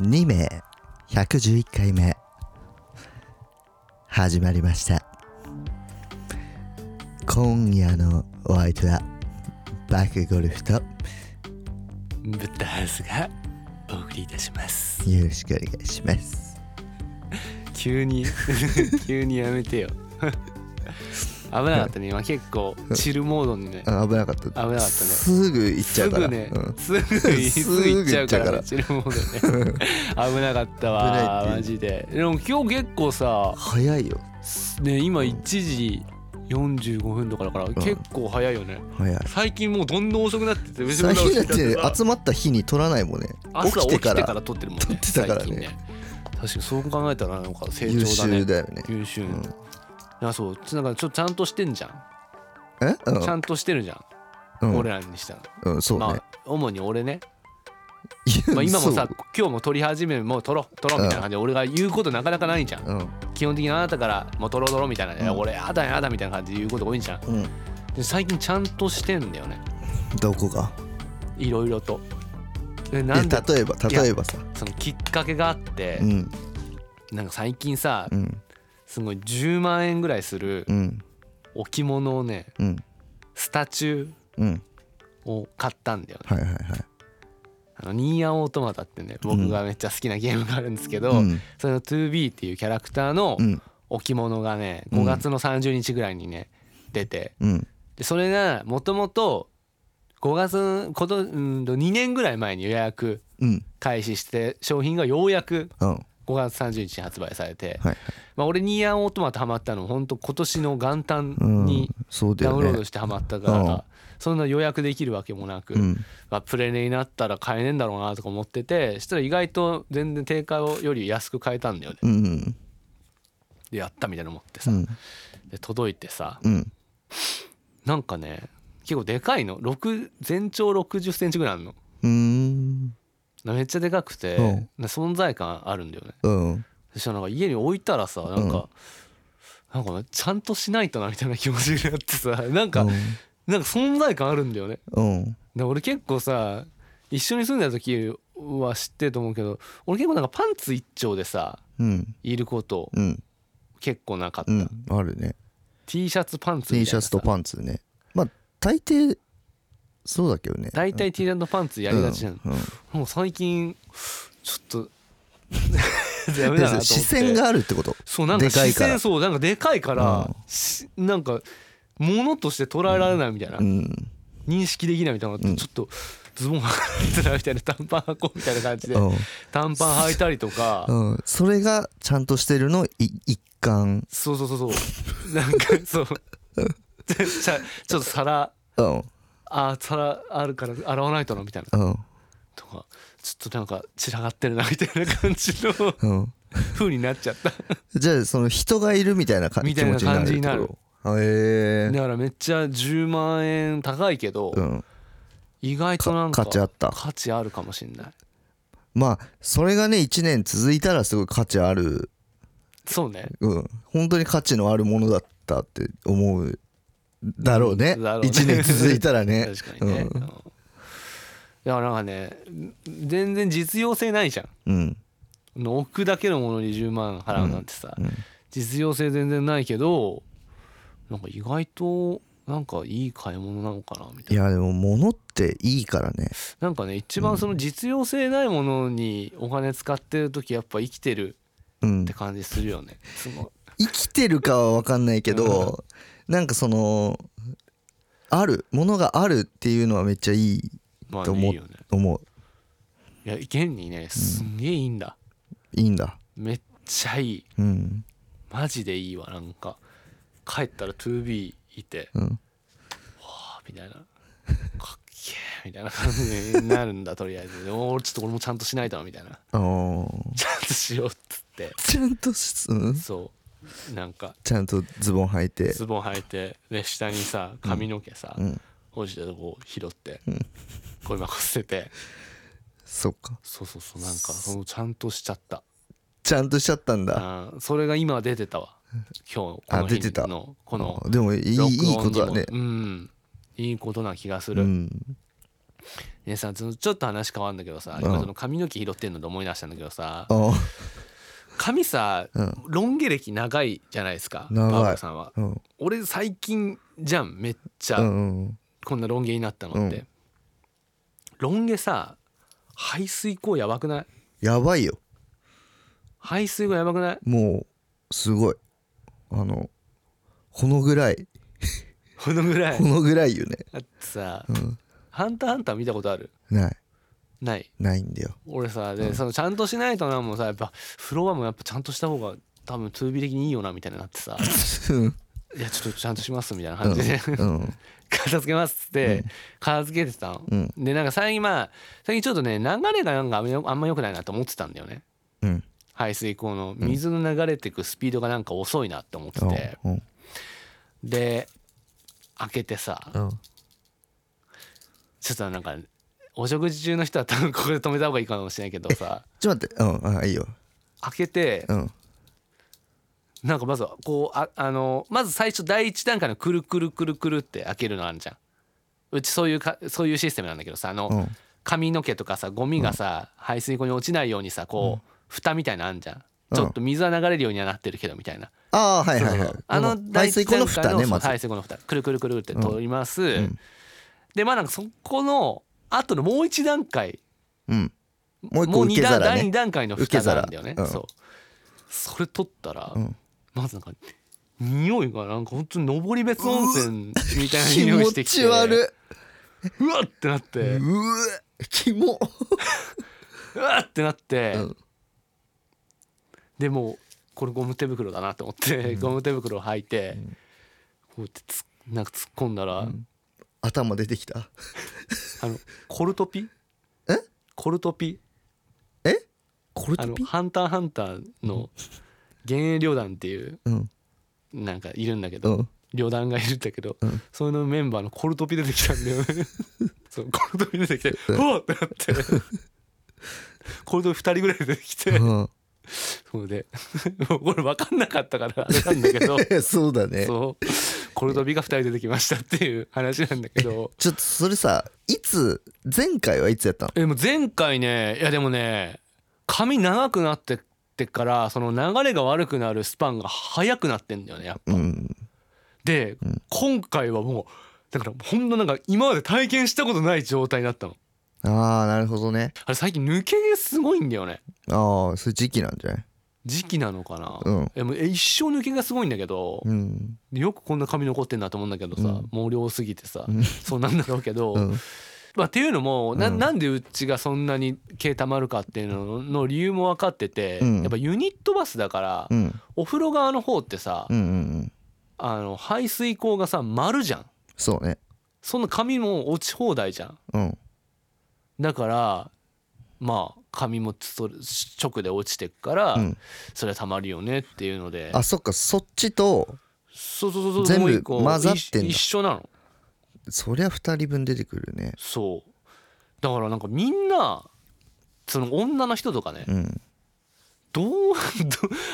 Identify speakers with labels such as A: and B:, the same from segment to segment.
A: 2名111回目始まりました今夜のお相手はバックゴルフと
B: ブッダハウスがお送りいたします
A: よろしくお願いします
B: 急に急にやめてよ危なかったね今結構チルモードにね
A: あ危なかった危
B: なかったね
A: すぐ行っちゃ
B: す
A: うから
B: ぐね、
A: うん
B: すぐい
A: す
B: す
A: ぐ
B: ぐ
A: 行
B: 行
A: っ
B: っ
A: ち
B: ち
A: ゃ
B: ゃ
A: う
B: う
A: か
B: かららねチルモード ね危なかったわ
A: 危ないっていう
B: マジででも今日結構さ
A: 早いよ
B: ね今1時45分とかだから結構早いよね、
A: 早い
B: 最近もうどんどん遅くなってて
A: 最近だっ
B: 後ろ倒
A: て
B: し
A: 集まった日に撮らないもんね
B: ちゃった
A: 起き
B: 朝
A: て
B: 起きて
A: か
B: からら撮ってるもん
A: 撮
B: ね
A: ってたからね
B: 最近確かにそう考えたらなんか成
A: 優
B: 長だね
A: 秀だよね
B: 優秀、
A: ん
B: あそうちなんかちょっとちゃんとしてんじゃん、
A: えうん
B: ちゃんとしてるじゃ
A: う
B: ん、
A: ん
B: 俺らにしたら、
A: うんそうね
B: まあ主に俺ね、
A: いや
B: まあ、今もさ
A: そう
B: 今日も撮り始めもう撮ろう撮ろうみたいな感じで俺が言うことなかなかないじゃん、
A: うん
B: 基本的にあなたからもう撮ろう撮ろうみたいな、ね
A: うん
B: 俺やだやだみたいな感じで言うことが多いじゃん
A: うん
B: で最近ちゃんとしてんだよね
A: どこが
B: いろいろとで
A: い
B: な
A: や
B: んで
A: 例えば
B: いや
A: 例えばさ
B: そのきっかけがあって
A: う、ん
B: なんか最近さ
A: うん
B: すごい10万円ぐらいする
A: うん
B: 置物をね
A: うん
B: スタチュ
A: うん
B: ーを買ったんだよね
A: はいはいはい
B: あのニーアンオートマタってね僕がめっちゃ好きなゲームがあるんですけど、
A: うん
B: その 2B っていうキャラクターの
A: うん
B: 置物がね
A: うん
B: 5月の30日ぐらいにね出て
A: うん
B: でそれがもともと5月ことうんと2年ぐらい前に予約
A: うん
B: 開始して商品がようやく
A: うんはい
B: 5月30日に発売されて、
A: はい
B: まあ、俺ニーアンオートマタハマったのほんと今年の元
A: う
B: 旦
A: ん
B: に
A: そうだ
B: ダ
A: よ
B: ウンロード
A: ね
B: してハマったから、
A: うん
B: そんな予約できるわけもなく、
A: うん
B: まあ、プレネになったら買えねえんだろうなとか思っててしたら意外と全然定価をより安く買えたんだよね
A: うん
B: でやったみたいな思って
A: う
B: さ、
A: ん
B: で届いてさ
A: うん
B: なんかね結構でかいの6全長6 0センチぐらいあるの
A: うん
B: めっちゃでかくて、
A: うん
B: な存在感あるんだよね
A: うん
B: そしたらなんか家に置いたらさなんか、なんかちゃんとしないとなみたいな気持ちになってさ なんか、なんか存在感あるんだよね
A: うん
B: で俺結構さ一緒に住んでた時は知ってると思うけど俺結構なんかパンツ一丁でさ
A: うん
B: いること
A: うん
B: 結構なかった、
A: うんあるね
B: T シャツパンツ
A: T
B: みたい
A: シ
B: な
A: ャ
B: さ
A: ツとパンツねまあ大抵そうだけどね
B: 大体 T シャツとパンツやりがちなの、
A: うんうん
B: もう最近ち ょっとダメだなと思って
A: 視線があるってこと
B: そうなんか
A: でかい
B: 視
A: から
B: 線そうなんかでかいから
A: うん、
B: しなんかものとして捉えられないみたいな、
A: うん
B: 認識できないみたいなのが
A: う
B: あって、
A: ん
B: ちょっとズボン履いてたらみたいな短パン履こうみたいな感じで
A: うん
B: 短パン履いたりとか、
A: うんそれがちゃんとしてるのい一環
B: そうそうそうそうなんか そうちょちょちょっと皿
A: うん
B: あ皿あるから洗わないとなみたいな
A: うん
B: とかちょっとなんか散らかってるなみたいな感じの
A: うん
B: 風になっちゃった
A: じゃあその人がいるみたいなか
B: み
A: 気
B: たい
A: 持
B: な
A: ちになる
B: 感じになる
A: ってことへえ
B: だからめっちゃ10万円高いけど、
A: うん
B: 意外となん
A: か
B: か
A: 価値あった
B: 価値あるかもしんない
A: まあそれがね1年続いたらすごい価値ある
B: そうね
A: うん本当に価値のあるものだったって思うだろうね
B: だろうね
A: 1年続いたらね
B: 確かにね、
A: う
B: うんんだからなんかね全然実用性ないじゃん
A: うん
B: 置くだけのものに10万払うなんてさ、
A: うん
B: 実用性全然ないけどなんか意外となんかいい買い物なのかなみた
A: い
B: いな
A: やでも物っていいからね
B: なんかね一番その実用性ないものにお金使ってる時やっぱ生きてる
A: うん
B: って感じするよねすごい
A: 生きてるかは分かんないけど、なんかそのあるものがあるっていうのはめっちゃいい
B: まあ
A: と
B: ね
A: 思
B: いういよね
A: 思う
B: いや現にねすんげえいいんだ
A: いいんだ
B: めっちゃいい
A: うん
B: マジでいいわなんか帰ったら 2B いて
A: うん
B: あみたいなかっけえみたいな感じになるんだとりあえずでも俺ちょっと俺もちゃんとしないとなみたいな
A: あー
B: ちゃんとしようっつって
A: ちゃんとし、うん、
B: そうなんか
A: ちゃんとズボン履いて
B: ズボン履いてで下にさ髪の毛さ
A: うん
B: 落ちたとこ拾って
A: うん
B: ゴミ箱捨てて
A: そっか
B: そうそうそうなんかそのちゃんとしちゃった
A: ちゃんとしちゃったんだ
B: あーそれが今出てたわ今日こ
A: あ
B: の
A: 出て
B: 日
A: た
B: のこの
A: あでもいい
B: 録音
A: い
B: に
A: い
B: も
A: ことだね
B: うんいいことな気がす
A: う
B: る
A: ん
B: ねさちょちょっと話変わるんだけどさ、
A: うん
B: 今その髪の毛拾ってんので思い出したんだけどさ
A: あ
B: 髪さ、
A: うん
B: ロン毛歴長いじゃないですか
A: 長い
B: パーコさんは
A: うん
B: 俺最近じゃんめっちゃ、
A: うんうん
B: こんなロン毛になったのって、
A: うん
B: ロン毛さ排水口やばくない
A: やばいよ
B: 排水口やばくない
A: もうすごいあのこのぐらい
B: このぐら い
A: このぐらいよね
B: だってさ
A: うん
B: 「ハンターハンター」見たことある
A: ない
B: ない
A: ないんだよ
B: 俺さで、そのちゃんとしないとなもうさやっぱフロアもやっぱちゃんとした方が多分 2B 的にいいよなみたいになってさ「
A: うん
B: いやちょっとちゃんとします」みたいな感じで
A: うん
B: 片付けますって片付けてたの、
A: うん
B: でなんか最近まあ最近ちょっとね流れがなんかあんまよあんま良くないなと思ってたんだよね
A: うん
B: 排水口の水の流れてくスピードがなんか遅いなって思ってて、
A: うん
B: で開けてさ
A: うん
B: ちょっとなんかお食事中の人は多分ここで止めた方がいいかもしれないけどさ
A: ちょっと待ってうんあいいよ
B: 開けて
A: うん
B: なんかまずこうああのまず最初第一段階のくるくるくるくるって開けるのあるじゃんうちそういうかそういうシステムなんだけどさあの、
A: うん
B: 髪の毛とかさゴミがさ、排水溝に落ちないようにさこう、蓋みたいなのあんじゃん
A: うん
B: ちょっと水は流れるようにはなってるけどみたいな、
A: ああはいはいはい
B: あの
A: うん排水口の
B: 第一
A: 蓋
B: 段階
A: ねまず
B: 排水溝の蓋くるくるくるって取ります、
A: ん
B: でまあなんかそこの後のもう一段階
A: うんもう一
B: も
A: 個
B: う
A: 受
B: 二
A: け
B: 段
A: 皿
B: 第
A: ね
B: 二段階の
A: 受け
B: 蓋
A: 皿
B: なんだよね、
A: うん
B: そうそれ取ったら、
A: うん
B: まずなんか匂いがなんか本当に上り別温泉みたいな
A: 気
B: 匂いし
A: 持
B: てき
A: ち
B: て
A: 悪
B: うわってなっ
A: いう
B: て
A: ーキモ
B: うわってなって、
A: うん
B: でもうこれゴム手袋だなと思って、ゴム手袋を履いて、こうやってつなんか突っ込んだら、
A: 頭出てきた
B: あのコルトピ
A: え
B: コルトピ
A: えコル
B: あ
A: ト
B: の
A: ピ
B: ハンターハンターの幻影旅団っていう
A: うん
B: なんかいるんだけ
A: う
B: ど、
A: ん
B: 旅団がいるんだけど、
A: うん
B: そのメンバーのコルトピ出てきたん だよねそうコルトピ出てきてうわっってなってコルトピ2人ぐらい出てきて、
A: うん
B: そうでもうこれ分かんなかったからあれなんだけ ど
A: そうだね
B: そうコルトピが2人出てきましたっていう話なんだけど
A: ちょっとそれさいつ前回はいつやったの
B: えもう前回ねいやでもね髪長くなってってからその流れが悪くなるスパンが早くなってんだよねやっぱ
A: うん
B: で、今回はもうだからほんのなんか今まで体験したことない状態になったの
A: ああなるほどね
B: あれ最近抜け毛すごいんだよね
A: ああそういう時期なんじゃない
B: 時期なのかな、
A: うん
B: えもうえ一生抜け毛がすごいんだけど、
A: うん
B: よくこんな髪残ってんなと思うんだけどさ、
A: うん
B: 毛量すぎてさ、
A: うん
B: そうなんだろうけど、
A: うん
B: まあ、っていうのもな,、
A: うん
B: ん、なんでうちがそんなに毛たまるかっていうのの理由も分かってて、
A: うん
B: やっぱユニットバスだから、
A: うん
B: お風呂側の方ってさ、
A: うんうん
B: あの排水口がさ丸じゃん
A: そうね
B: そんな髪も落ち放題じゃん
A: うん
B: だからまあ髪もそれ直で落ちてくから、
A: うん
B: それはたまるよねっていうので
A: あそっかそっちと
B: そうそうそうそう
A: 全部
B: もう一個
A: 混ざってんだ
B: 一一緒なの
A: そりゃ二人分出てくるね
B: そうだからなんかみんなその女の人とかね、
A: うん
B: どう ど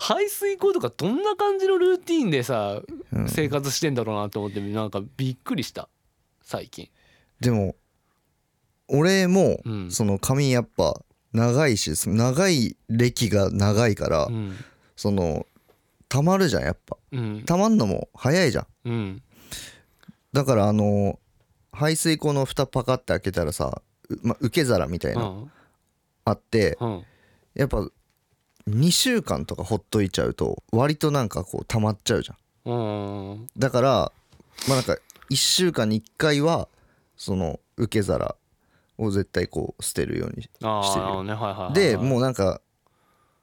B: 排水口とかどんな感じのルーティンでさ、
A: うん
B: 生活してんだろうなと思ってなんかびっくりした最近
A: でも俺も
B: うん
A: その髪やっぱ長いしその長い歴が長いから
B: うん
A: そのたまるじゃんやっぱ
B: うん
A: たまんのも早いじゃん
B: うん
A: だからあの排水口の蓋パカって開けたらさ、うま、受け皿みたいうなんあって
B: うん
A: やっぱ2週間とかほっといちゃうと割となんかこう溜まっちゃうじゃん
B: うん
A: だからまあなんか1週間に1回はその受け皿を絶対こう捨てるように
B: あ
A: してるよ
B: あねはいはいはいはい
A: でもうなんか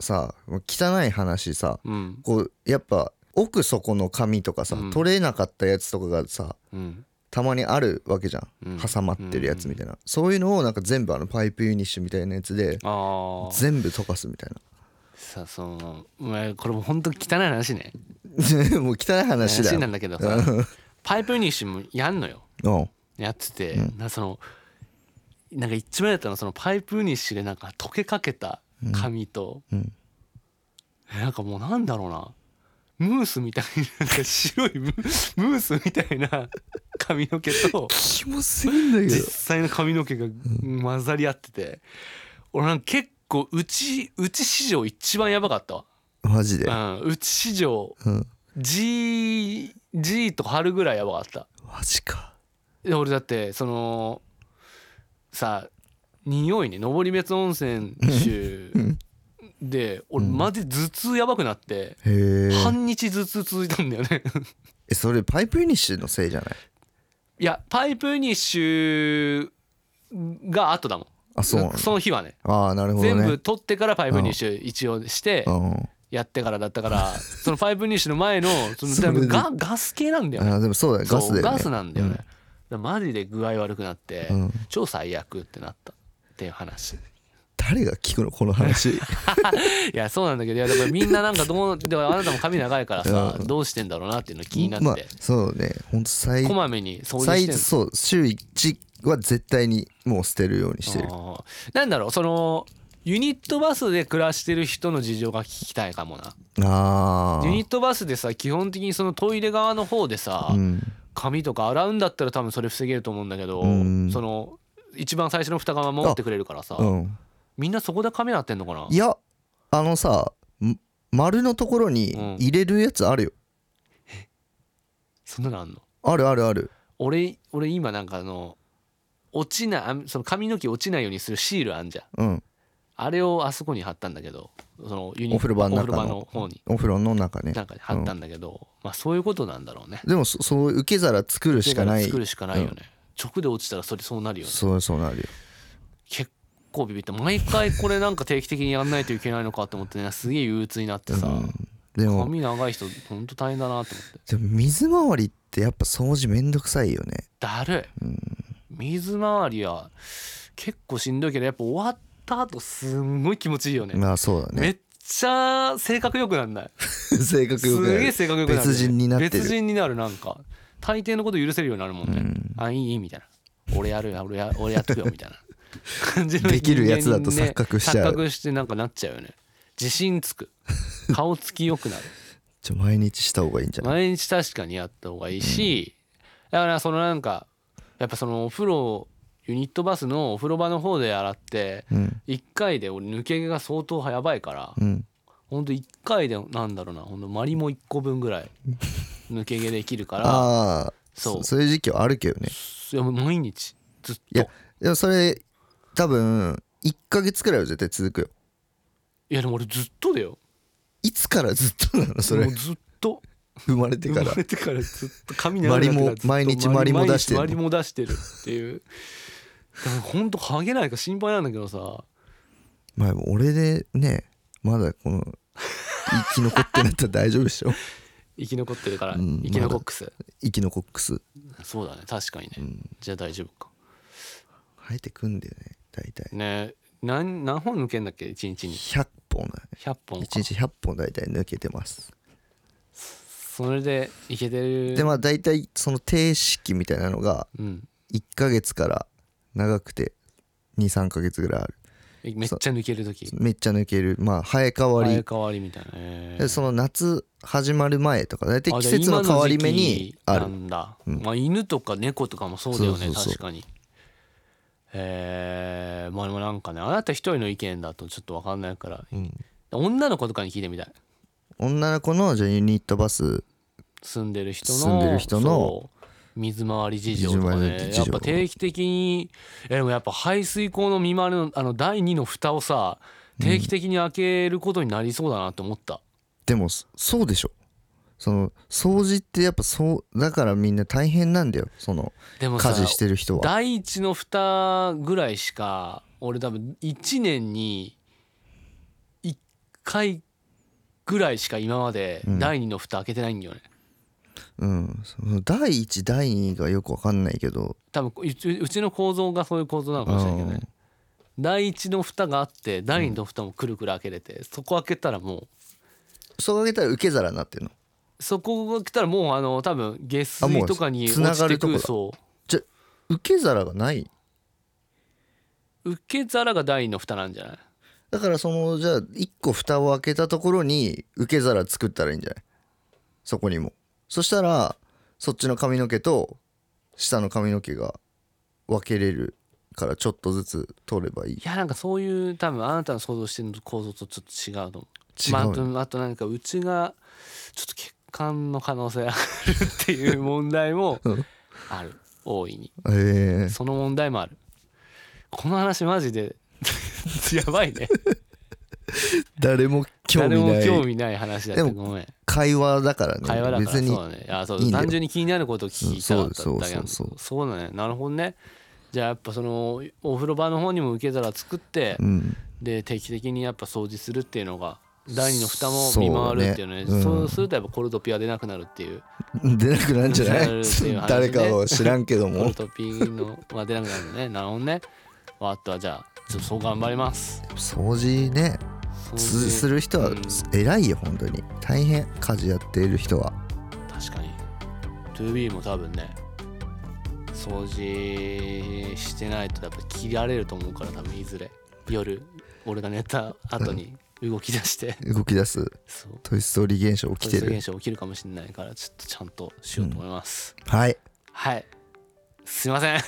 A: さもう汚い話さ
B: うん
A: こうやっぱ奥底の紙とかさ
B: うん
A: 取れなかったやつとかがさ
B: うん
A: たまにあるわけじゃん
B: うん
A: 挟まってるやつみたいなそういうのをなんか全部あのパイプユニッシュみたいなやつで
B: ああ
A: 全部溶かすみたい
B: さそのお前これも本当汚い話ね
A: な もう汚い話だ
B: 話
A: よ
B: なんだけどさパイプユニッシュもやんのよ
A: うん
B: やってて、なそのなんか一番やったのはそのパイプユニッシュでなんか溶けかけた紙と、
A: うん
B: えなんかもうなんだろうなムースみたいななんか白いムムースみたいな髪の毛と
A: 気もするんだけど
B: 実際の髪の毛が混ざり合ってて俺なんか結構うちうち史上一番やばかったわ
A: マジで
B: うん、うち史上
A: うん
B: G, G と春ぐらいやばかった
A: マジか
B: で俺だってそのさ匂いね登別温泉州
A: うん
B: で俺
A: うん
B: マジ頭痛やばくなって、
A: へえ
B: 半日頭痛続いたんだよね
A: えそれパイプユニッシュのせいじゃない
B: いやパイプユニッシュが後だもん
A: あそうなの
B: の日はね
A: ああなるほど
B: 全
A: ね
B: 部取ってからパイプユニッシュ一応して
A: うん
B: やってからだったからそのパイプユニッシュの前のそ の
A: それで
B: ガガス系なんだよね
A: あでもそうだよ
B: そう
A: ガスだよね
B: ガスなんだよね、
A: うん
B: だからマジで具合悪くなって、
A: うん
B: 超最悪ってなったっていう話 い
A: 誰が聞くのこの話
B: やそうなんだけどいやだからみんななんかどう だからあなたも髪長いからさ、
A: うん
B: どうしてんだろうなっていう の気になって、
A: まあそうねほんと最
B: こまめに掃除して
A: 最
B: んの
A: そう週1は絶対にもう捨てるようにしてる
B: あーなんだろうそのユニットバスで暮らしてる人の事情が聞きたいかもな
A: ああ
B: ユニットバスでさ基本的にそのトイレ側の方でさ、
A: うん
B: 髪とか洗うんだったら多分それ防げると思うんだけど、
A: うん
B: その一番最初の二釜守ってくれるからさ、
A: うん
B: みんなそこで髪なってんのかない
A: やあのさん丸のところに
B: うん
A: 入れるやつあるよ
B: そんなのあんの
A: あるあるある
B: 俺俺今なんかあの落ちないあその髪の毛落ちないようにするシールあんじゃ
A: う
B: ん
A: ん
B: あれをあそこに貼ったんだけどそのユニ
A: お風呂場の中の
B: お風呂場の方に
A: お風呂の中ね
B: なんか貼ったんだけど、まあそういうことなんだろうね
A: でもそそういう受け皿作るしかない
B: 作るしかないよね、直で落ちたらそれそうなるよね
A: そうそうなるよ
B: 結構ビビった毎回これなんか定期的にやんないといけないのかと思ってねすげえ憂鬱になってさ、
A: うんでも
B: 髪長い人ほんと大変だなと思っ
A: で
B: て
A: も水回りってやっぱ掃除めんどくさいよね
B: だるい、水回りは結構しんどいけどやっぱ終わった後すんごい気持ちいいよね
A: まあそうだ
B: め
A: ね
B: っちゃ性格良くなんない
A: 性格よ
B: す
A: くな
B: げえ
A: る
B: 性格良くなる、
A: 別人になってる
B: 別人になるなんか大抵のこと許せるようになるもんね、あいいいいみたいな俺やるよ俺や俺やっとくよみ たいな感じの
A: できるやつだと
B: 人間に
A: 錯覚しちゃう
B: 錯覚してなんかなっちゃうよね自信つく顔つき良くなる
A: ちょ毎日した方がいいんじゃない
B: 毎日確かにやった方がいいし、だからそのなんかやっぱそのお風呂ユニットバスのお風呂場の方で洗って
A: うん
B: 1回で俺抜け毛が相当やばいから
A: うん
B: ほんと1回でなんだろうなほんとマリも1個分ぐら い抜け毛できるから
A: ああ
B: そう
A: そういう時期はあるけどね
B: いやもう毎日ずっと
A: い
B: いや
A: やでもそれ多分1ヶ月くらいは絶対続くよ
B: でも俺ずっとだよ
A: いつからずっとなのそれ
B: もうずっと
A: 生まれてか
B: 生
A: ら
B: まれてからずっと髪長くな
A: マリ
B: って
A: も
B: ずっと
A: 毎日マリも出してる
B: 毎日マリも出してるっていうだからほんとハゲないか心配なんだけどさ
A: まあ俺でねまだこの生き残ってなったら大丈夫でしょ
B: 生き残ってるから、
A: うん
B: 生き残っくす、
A: 生き残っくす
B: そうだね確かにね、じゃあ大丈夫か
A: 生えてくんだよね大体
B: ね何何本抜けんだっけ一日に
A: 100本だね
B: 100本か
A: 1日100本大体抜けてます
B: それでいけてる
A: でまあ大体その定式みたいなのが
B: うん、
A: 1ヶ月から長くて23ヶ月ぐらいある
B: めっちゃ抜ける時
A: めっちゃ抜けるまあ生え変わ
B: 生え
A: り
B: 変わりみたいなね
A: でその夏始まる前とか大体
B: あ
A: 季
B: じゃあ
A: 節の変わり目にあ
B: 今の時期な
A: る
B: んだ、まあ犬とか猫とかもそうだよね
A: そうそうそう
B: 確かにえー、まあでもなんかねあなた一人の意見だとちょっと分かんないから、女の子とかに聞いてみたい
A: 女の子のじゃあユニットバス
B: 住んでる人の
A: 住んでる人の
B: そう水回り事情とかね
A: 水回り事
B: や
A: 情
B: っぱ定期的にえでもやっぱ排水口の見回りのあの第2の蓋をさ定期的に開けることになりそうだなって思った、
A: でもそそうでしょその掃除ってやっぱそうだからみんな大変なんだよその
B: でも
A: 家
B: さ
A: 事してる人は
B: 第1の蓋ぐらいしか俺多分1年に1回ぐらいしか今まで
A: ん
B: 第2の蓋開けてないんだよね、
A: うんその第一第二がよくわかんないけど
B: 多分うちうちの構造がそういう構造なのかもしれないけどね第一の蓋があって第二の蓋もくるくる開けれて、そこ開けたらも
A: そうあげたら受け皿になってるの
B: うそこが来たらもうあの多分下
A: あも
B: 水
A: う
B: とかに
A: つな
B: 落
A: が
B: ちて
A: ると
B: く
A: こだ
B: そ
A: じゃ受け皿がないう
B: 受け皿が第二の蓋なんじゃない
A: だからそのじゃあ1個蓋を開けたところに受け皿作ったらいいんじゃないそこにもそしたらそっちの髪の毛と下の髪の毛が分けれるからちょっとずつ取ればいい
B: いやなんかそういう多分あなたの想像してる構造とちょっと違うと思う。
A: 違う
B: まあ、あとあとなんかうちがちょっと血管の可能性あるっていう問題も
A: うん
B: ある大いに
A: ええ
B: その問題もあるこの話マジで やばいね
A: 誰も興味な
B: 誰も興
A: い
B: 味ない話だった
A: で
B: ごめん
A: 会話だからね
B: 会話だから
A: 別に
B: そうだねあそう
A: いいんだよ
B: 単純に気になることを聞いた
A: う
B: だ
A: ん
B: った
A: そう
B: だけなんだ
A: そうそう
B: そうだねなるほどねじゃあやっぱそのお風呂場の方にも受け皿作って、
A: うん
B: で定期的にやっぱ掃除するっていうのが第二の蓋も
A: そう
B: 見
A: だね
B: 回るっていうねそう
A: うん
B: するとやっぱコルトピは出なくなるっていう
A: 出なくなるんじゃな
B: 出なくなるっていう話ね
A: い 誰かは知らんけど
B: コ
A: も
B: ルトピのは出なくなるのねなるほどねわかったじゃあちょっとそう頑張ります
A: 掃除ね
B: 掃除
A: すする人は
B: うん
A: 偉いよ本当に大変家事やっている人は
B: 確かに 2B も多分ね掃除してないとやっぱ切られると思うから多分いずれ夜俺が寝た後に動き出して
A: 動き出す
B: そう
A: トイ・ストーリー現象起きて
B: そういう
A: る
B: 現象起きるかもしれないからちょっとちゃんとしようと思います、
A: はい
B: はいすいません